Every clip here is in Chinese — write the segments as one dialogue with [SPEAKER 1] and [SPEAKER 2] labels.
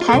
[SPEAKER 1] 台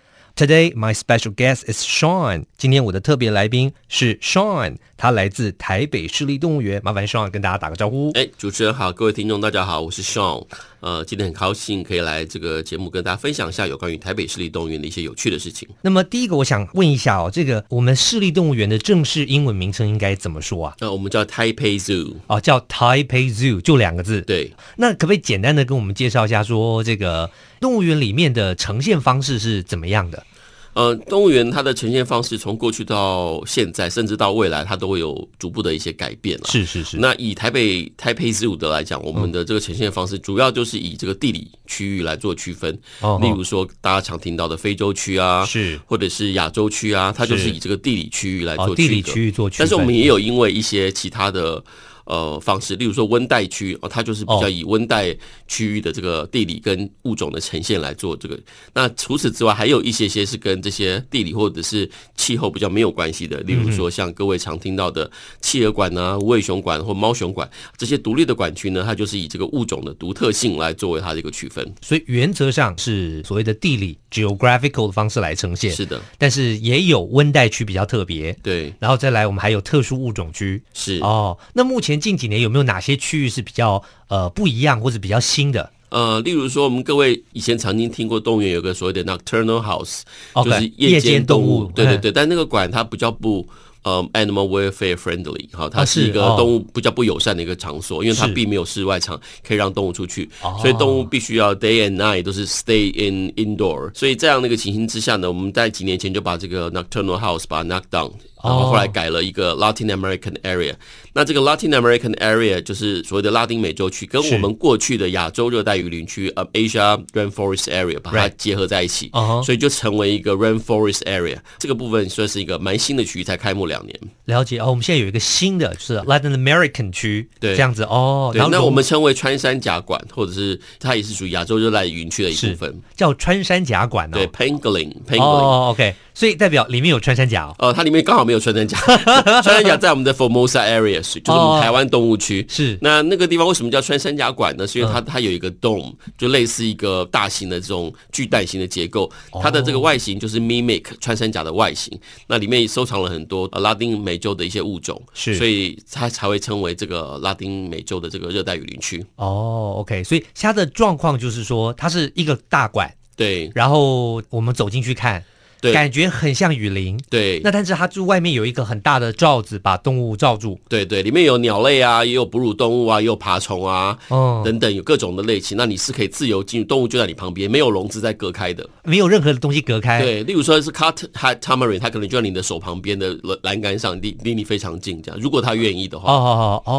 [SPEAKER 2] Today, my special guest is Sean. 今天我的特别来宾是 Sean，他来自台北市立动物园。麻烦 Sean 跟大家打个招呼。
[SPEAKER 3] 哎，主持人好，各位听众大家好，我是 Sean。呃，今天很高兴可以来这个节目跟大家分享一下有关于台北市立动物园的一些有趣的事情。
[SPEAKER 2] 那么第一个，我想问一下哦，这个我们市立动物园的正式英文名称应该怎么说啊？
[SPEAKER 3] 那、呃我们叫 Taipei Zoo，
[SPEAKER 2] 哦，叫 Taipei Zoo，就两个字。，
[SPEAKER 3] 对，
[SPEAKER 2] 那可不可以简单的跟我们介绍一下说这个动物园里面的呈现方式是怎么样的？
[SPEAKER 3] 呃，动物园它的呈现方式从过去到现在，甚至到未来，它都会有逐步的一些改变了。
[SPEAKER 2] 是嗯是是，
[SPEAKER 3] 那以台北 Taipei Zoo 的来讲，我们的这个呈现方式主要就是以这个地理区域来做区分，
[SPEAKER 2] 哦
[SPEAKER 3] 例如说大家常听到的非洲区啊，
[SPEAKER 2] 是
[SPEAKER 3] 或者是亚洲区啊，它就是
[SPEAKER 2] 是
[SPEAKER 3] 以这个地理区域来
[SPEAKER 2] 哦
[SPEAKER 3] 做
[SPEAKER 2] 地理
[SPEAKER 3] 隔
[SPEAKER 2] 区域做区
[SPEAKER 3] 但是我
[SPEAKER 2] 分
[SPEAKER 3] 们也有因为一些其他的呃方式，例如说温带区哦，它就是比较
[SPEAKER 2] 哦
[SPEAKER 3] 以温带区域的这个地理跟物种的呈现来做这个。那除此之外，还有一些些是跟这些地理或者是气候比较没有关系的，例
[SPEAKER 2] 嗯
[SPEAKER 3] 如说像各位常听到的企鹅馆啊、无尾熊馆或猫熊馆这些独立的馆区呢，它就是以这个物种的独特性来作为它的一个区分。
[SPEAKER 2] 所以原则上是所谓的地理 geographical 的方式来呈现。
[SPEAKER 3] 是的，
[SPEAKER 2] 但是也有温带区比较特别，
[SPEAKER 3] 对，
[SPEAKER 2] 然后再来我们还有特殊物种区。
[SPEAKER 3] 是。
[SPEAKER 2] 哦，那目前近几年有没有哪些区域是比较呃不一样或者比较新的？
[SPEAKER 3] 呃，例如说，我们各位以前曾经听过动物园有个所谓的 nocturnal house，、
[SPEAKER 2] OK，
[SPEAKER 3] 就是
[SPEAKER 2] 哦夜间
[SPEAKER 3] 间
[SPEAKER 2] 动
[SPEAKER 3] 物。
[SPEAKER 2] 物
[SPEAKER 3] 对对
[SPEAKER 2] 嗯
[SPEAKER 3] 对，但那个馆它比较不。呃、a n i m a l welfare friendly，好，
[SPEAKER 2] 啊
[SPEAKER 3] 它是
[SPEAKER 2] 是
[SPEAKER 3] 一个
[SPEAKER 2] 哦
[SPEAKER 3] 动物比较不友善的一个场所，因为它
[SPEAKER 2] 是哦
[SPEAKER 3] 并没有室外场可以让动物出去，所以动物必须要 day and night 都是 stay in indoor。所以这样的一个情形之下呢，我们在几年前就把这个 nocturnal house 把它 knock down，
[SPEAKER 2] 哦
[SPEAKER 3] 然后后来改了一个 Latin American area。那这个 Latin American area 就是所谓的拉丁美洲区，跟
[SPEAKER 2] 是
[SPEAKER 3] 我们过去的亚洲热带雨林区呃 Asia Rainforest Area 把它
[SPEAKER 2] Right
[SPEAKER 3] 结合在一起
[SPEAKER 2] 嗯哼
[SPEAKER 3] 所以就成为一个 Rainforest Area。这个部分算是一个蛮新的区域，才开幕两年。
[SPEAKER 2] 了解哦，我们现在有一个新的，就是 Latin American 区，
[SPEAKER 3] 对
[SPEAKER 2] 这样子哦。
[SPEAKER 3] 对
[SPEAKER 2] 然，后
[SPEAKER 3] 那我
[SPEAKER 2] 融
[SPEAKER 3] 们称为穿山甲馆，或者是它也是属于亚洲热带雨林区的一
[SPEAKER 2] 是
[SPEAKER 3] 部分。
[SPEAKER 2] 叫穿山甲馆哦。
[SPEAKER 3] 对 p a n g o l i n p a n
[SPEAKER 2] 哦
[SPEAKER 3] g o l i n
[SPEAKER 2] 哦，OK，所以代表里面有穿山甲哦。
[SPEAKER 3] 呃，它里面刚好没有穿山甲， 穿山甲在我们的 Formosa area，就是我
[SPEAKER 2] 哦
[SPEAKER 3] 们台湾动物区。
[SPEAKER 2] 是嗯
[SPEAKER 3] 那那个地方为什么叫穿山甲馆呢？是因为它它有一个 dome，就类似一个大型的这种巨蛋型的结构，
[SPEAKER 2] 哦
[SPEAKER 3] 它的这个外形就是 mimic 穿山甲的外形。那里面收藏了很多呃拉丁美洲的一些物种，
[SPEAKER 2] 是
[SPEAKER 3] 所以它才会称为这个拉丁美洲的这个热带雨林区。
[SPEAKER 2] 哦，OK，所以它的状况就是说，它是一个大馆，
[SPEAKER 3] 对
[SPEAKER 2] 然后我们走进去看，
[SPEAKER 3] 对
[SPEAKER 2] 感觉很像雨林。
[SPEAKER 3] 对
[SPEAKER 2] 那但是它就外面有一个很大的罩子把动物罩住。
[SPEAKER 3] 对对，里面有鸟类啊，也有哺乳动物啊，也有爬虫啊，
[SPEAKER 2] 哦，
[SPEAKER 3] 等等，有各种的类型。那你是可以自由进入，动物就在你旁边，没有笼子在隔开的。
[SPEAKER 2] 没有任何的东西隔开。，
[SPEAKER 3] 对，例如说是 cut hat tamarin，它可能就在你的手旁边的栏栏杆上，离离你非常近，这样。如果它愿意的
[SPEAKER 2] 哦
[SPEAKER 3] 话，
[SPEAKER 2] 哦哦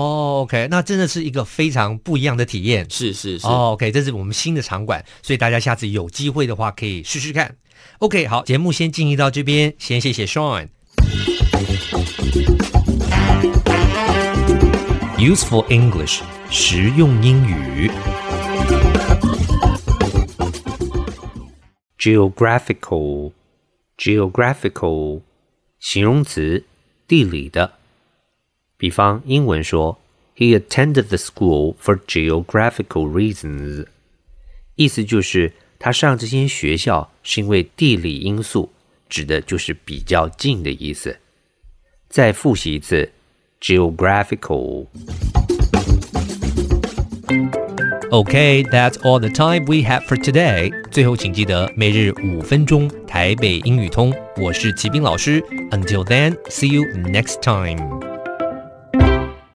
[SPEAKER 2] ，OK，那真的是一个非常不一样的体验。
[SPEAKER 3] 是是是，
[SPEAKER 2] 哦，OK，这是我们新的场馆，所以大家下次有机会的话可以试试看。OK，好，节目先进行到这边，先谢谢 Sean。Useful English，实用英语。geographical geographical 形容词，地理的。比方英文说，He attended the school for geographical reasons，意思就是他上这间学校是因为地理因素，指的就是比较近的意思。再复习一次，geographical。Okay, that's all the time we have for today. 最后，请记得每日五分钟台北英语通。我是齐斌老师。Until then, see you next time.